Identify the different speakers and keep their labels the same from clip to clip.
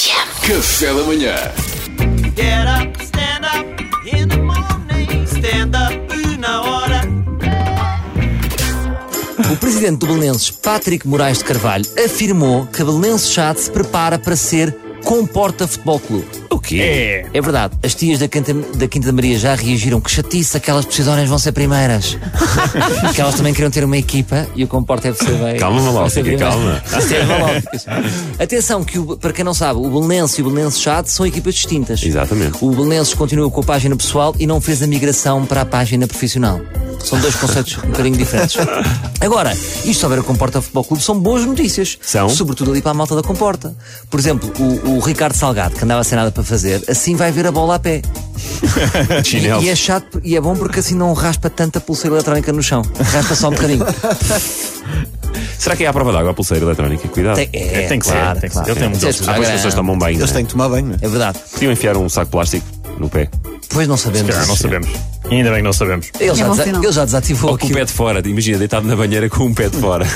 Speaker 1: Café da manhã.
Speaker 2: Get up, stand up in the morning. Stand up na hora.
Speaker 3: O presidente do Belenenses, Patrick Moraes de Carvalho, afirmou que a Belenenses Chate se prepara para ser Comporta Futebol Clube.
Speaker 4: O quê?
Speaker 3: É verdade, as tias da Quinta da, Quinta da Maria já reagiram. Que chatice, aquelas precisórias vão ser primeiras. que elas também queriam ter uma equipa e o Comporta FC veio.
Speaker 4: Calma,
Speaker 3: vai ser
Speaker 4: Malófica,
Speaker 3: primeiro.
Speaker 4: calma.
Speaker 3: Vai ser Malóficas. Atenção, que o- para quem não sabe, o Belenenses e o Belenenses Chate são equipas distintas.
Speaker 4: Exatamente.
Speaker 3: O Belenenses continua com a página pessoal e não fez a migração para a página profissional. São dois conceitos um bocadinho diferentes. Agora, isto sobre o Comporta Futebol Clube são boas notícias.
Speaker 4: São?
Speaker 3: Sobretudo ali para a malta da Comporta. Por exemplo, o, o Ricardo Salgado, que andava sem nada para fazer, assim vai ver a bola a pé.
Speaker 4: Chinelo.
Speaker 3: E, e é chato e é bom porque assim não raspa tanta pulseira eletrónica no chão. Raspa só um bocadinho.
Speaker 4: Será que é à prova d'água a pulseira eletrónica? Cuidado.
Speaker 3: Tem- é,
Speaker 5: tem que ser,
Speaker 3: claro,
Speaker 5: tem que ser.
Speaker 3: claro.
Speaker 5: Eu tenho
Speaker 3: Isso é
Speaker 5: muitos-
Speaker 4: Há
Speaker 3: escutar
Speaker 4: coisas que
Speaker 3: grande.
Speaker 4: as pessoas tomam bem.
Speaker 6: Eles
Speaker 4: não é?
Speaker 6: têm que tomar banho, não é?
Speaker 3: É verdade.
Speaker 4: Podiam enfiar um saco de plástico no pé.
Speaker 3: Pois não sabemos.
Speaker 5: Ah, não sabemos. Ainda bem que não sabemos.
Speaker 3: Ele já,
Speaker 7: É bom
Speaker 3: desa-
Speaker 7: sinal.
Speaker 3: ele já desativou
Speaker 4: Ou com o
Speaker 3: aquilo.
Speaker 4: pé de fora. Imagina, deitado na banheira com um pé de fora.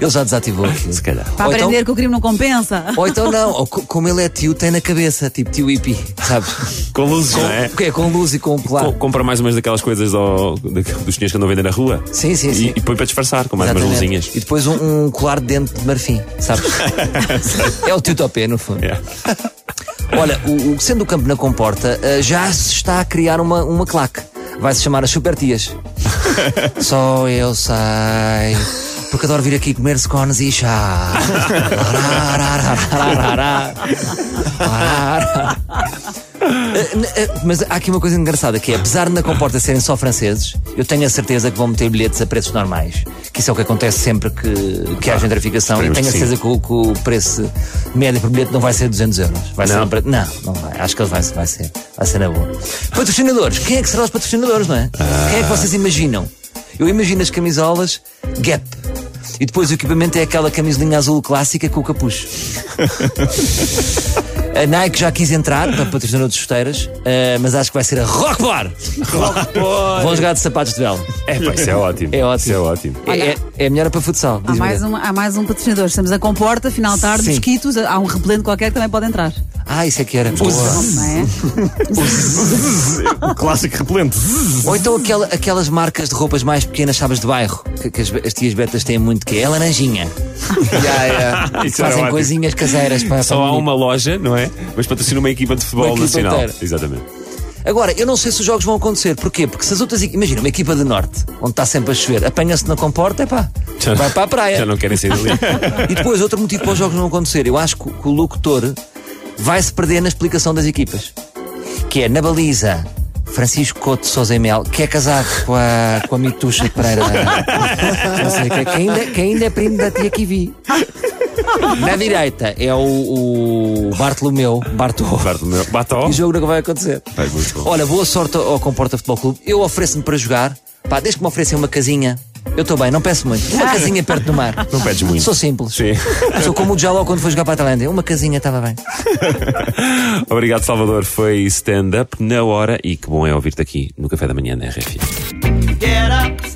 Speaker 3: Ele já desativou aquilo.
Speaker 4: Se calhar.
Speaker 7: Para
Speaker 3: Ou então-
Speaker 7: aprender que o crime não compensa.
Speaker 3: Ou então não, ou co- como ele é tio, tem na cabeça, tipo tio hippie, sabes?
Speaker 4: Com luzes, não é?
Speaker 3: O que é? Com luz e com colar.
Speaker 4: Com- Compra mais umas daquelas coisas ao- da- dos senhores que andam a vender na rua.
Speaker 3: Sim, sim,
Speaker 4: E-
Speaker 3: sim.
Speaker 4: E, põe para disfarçar, com mais umas
Speaker 3: Exatamente.
Speaker 4: luzinhas.
Speaker 3: E depois um, um colar de dente de marfim, sabes? é o tio topé, no fundo.
Speaker 4: É.
Speaker 3: Olha, o, o- sendo o campo na comporta, eh, já se está a criar uma, uma claque. Vai-se chamar as Super Tias. Só eu sei. Porque adoro vir aqui comer scones e chá. Ararararararará. Arará. Eh, n- eh, Mas há aqui uma coisa engraçada que é, apesar de na comporta serem só franceses, eu tenho a certeza que vão meter bilhetes a preços normais. Que isso é o que acontece sempre que, que há gentrificação. E
Speaker 4: Ah, esperemos
Speaker 3: tenho a
Speaker 4: que sim.
Speaker 3: certeza que o, que o preço médio por bilhete não vai ser 200 euros. Vai ser
Speaker 4: Não?
Speaker 3: um pre- não, não vai. Acho que ele vai, vai ser. Vai ser na boa. Patrocinadores. Quem é que será os patrocinadores, não é? Quem
Speaker 4: Ah.
Speaker 3: é que vocês imaginam? Eu imagino as camisolas Gap. E depois o equipamento é aquela camisolinha azul clássica com o capucho. A Nike já quis entrar para patrocinador de chuteiras, eh, mas acho que vai ser a Rock Bar. Vão jogar de sapatos de vela.
Speaker 4: É, pá, isso é ótimo.
Speaker 3: É ótimo.
Speaker 4: Isso é ótimo.
Speaker 3: É, é, é melhor para futsal.
Speaker 7: Há
Speaker 3: diz-me.
Speaker 7: mais, um, há mais um patrocinador. Estamos a comporta, final de tarde,
Speaker 3: Sim.
Speaker 7: mosquitos. Há um repelente qualquer que também pode entrar.
Speaker 3: Ah, isso é que era. Boa.
Speaker 7: Não é?
Speaker 5: O clássico repelente.
Speaker 3: Ou então aquela- aquelas marcas de roupas mais pequenas, sabes, de bairro, que, que as, as tias betas têm muito, que é a laranjinha.
Speaker 6: Já, é.
Speaker 4: Isso
Speaker 3: Fazem
Speaker 4: era ótimo.
Speaker 3: coisinhas caseiras para
Speaker 4: Só
Speaker 3: para
Speaker 4: há
Speaker 3: medir.
Speaker 4: uma loja, não é? Mas patrocina uma equipa de futebol
Speaker 3: um Uma equipa
Speaker 4: nacional.
Speaker 3: inteira.
Speaker 4: Exatamente.
Speaker 3: Agora, eu não sei se os jogos vão acontecer. Porquê? Porque se as outras. equi- Imagina, uma equipa de norte, onde está sempre a chover, apanha-se na comporta, epá, vai para a
Speaker 4: Já
Speaker 3: praia.
Speaker 4: não querem sair dali.
Speaker 3: E depois, outro motivo para os jogos não acontecer, eu acho que, o- que o locutor vai-se perder na explicação das equipas. Que é na baliza. Francisco Couto de Sousa e Mel, que é casado com a, com a Mituxa de Pereira. Não sei, que, que, ainda, que ainda é primo da tia que vi. Na direita é o, o Bartolomeu, Bartol.
Speaker 4: Bartolomeu. Bató.
Speaker 3: E jogo nunca vai acontecer.
Speaker 4: Vai, muito bom.
Speaker 3: Olha, boa sorte ao Comporta Futebol Clube. Eu ofereço-me para jogar. Pá, desde que me oferecem uma casinha, eu estou bem, não peço muito. Uma casinha perto do mar.
Speaker 4: Não pedes muito.
Speaker 3: Sou simples.
Speaker 4: Sim.
Speaker 3: Sou como o Jaló quando foi jogar para a Tailândia. Uma casinha estava bem.
Speaker 4: Obrigado, Salvador. Foi stand-up na hora e que bom é ouvir-te aqui no Café da Manhã na RFI.
Speaker 2: Get up,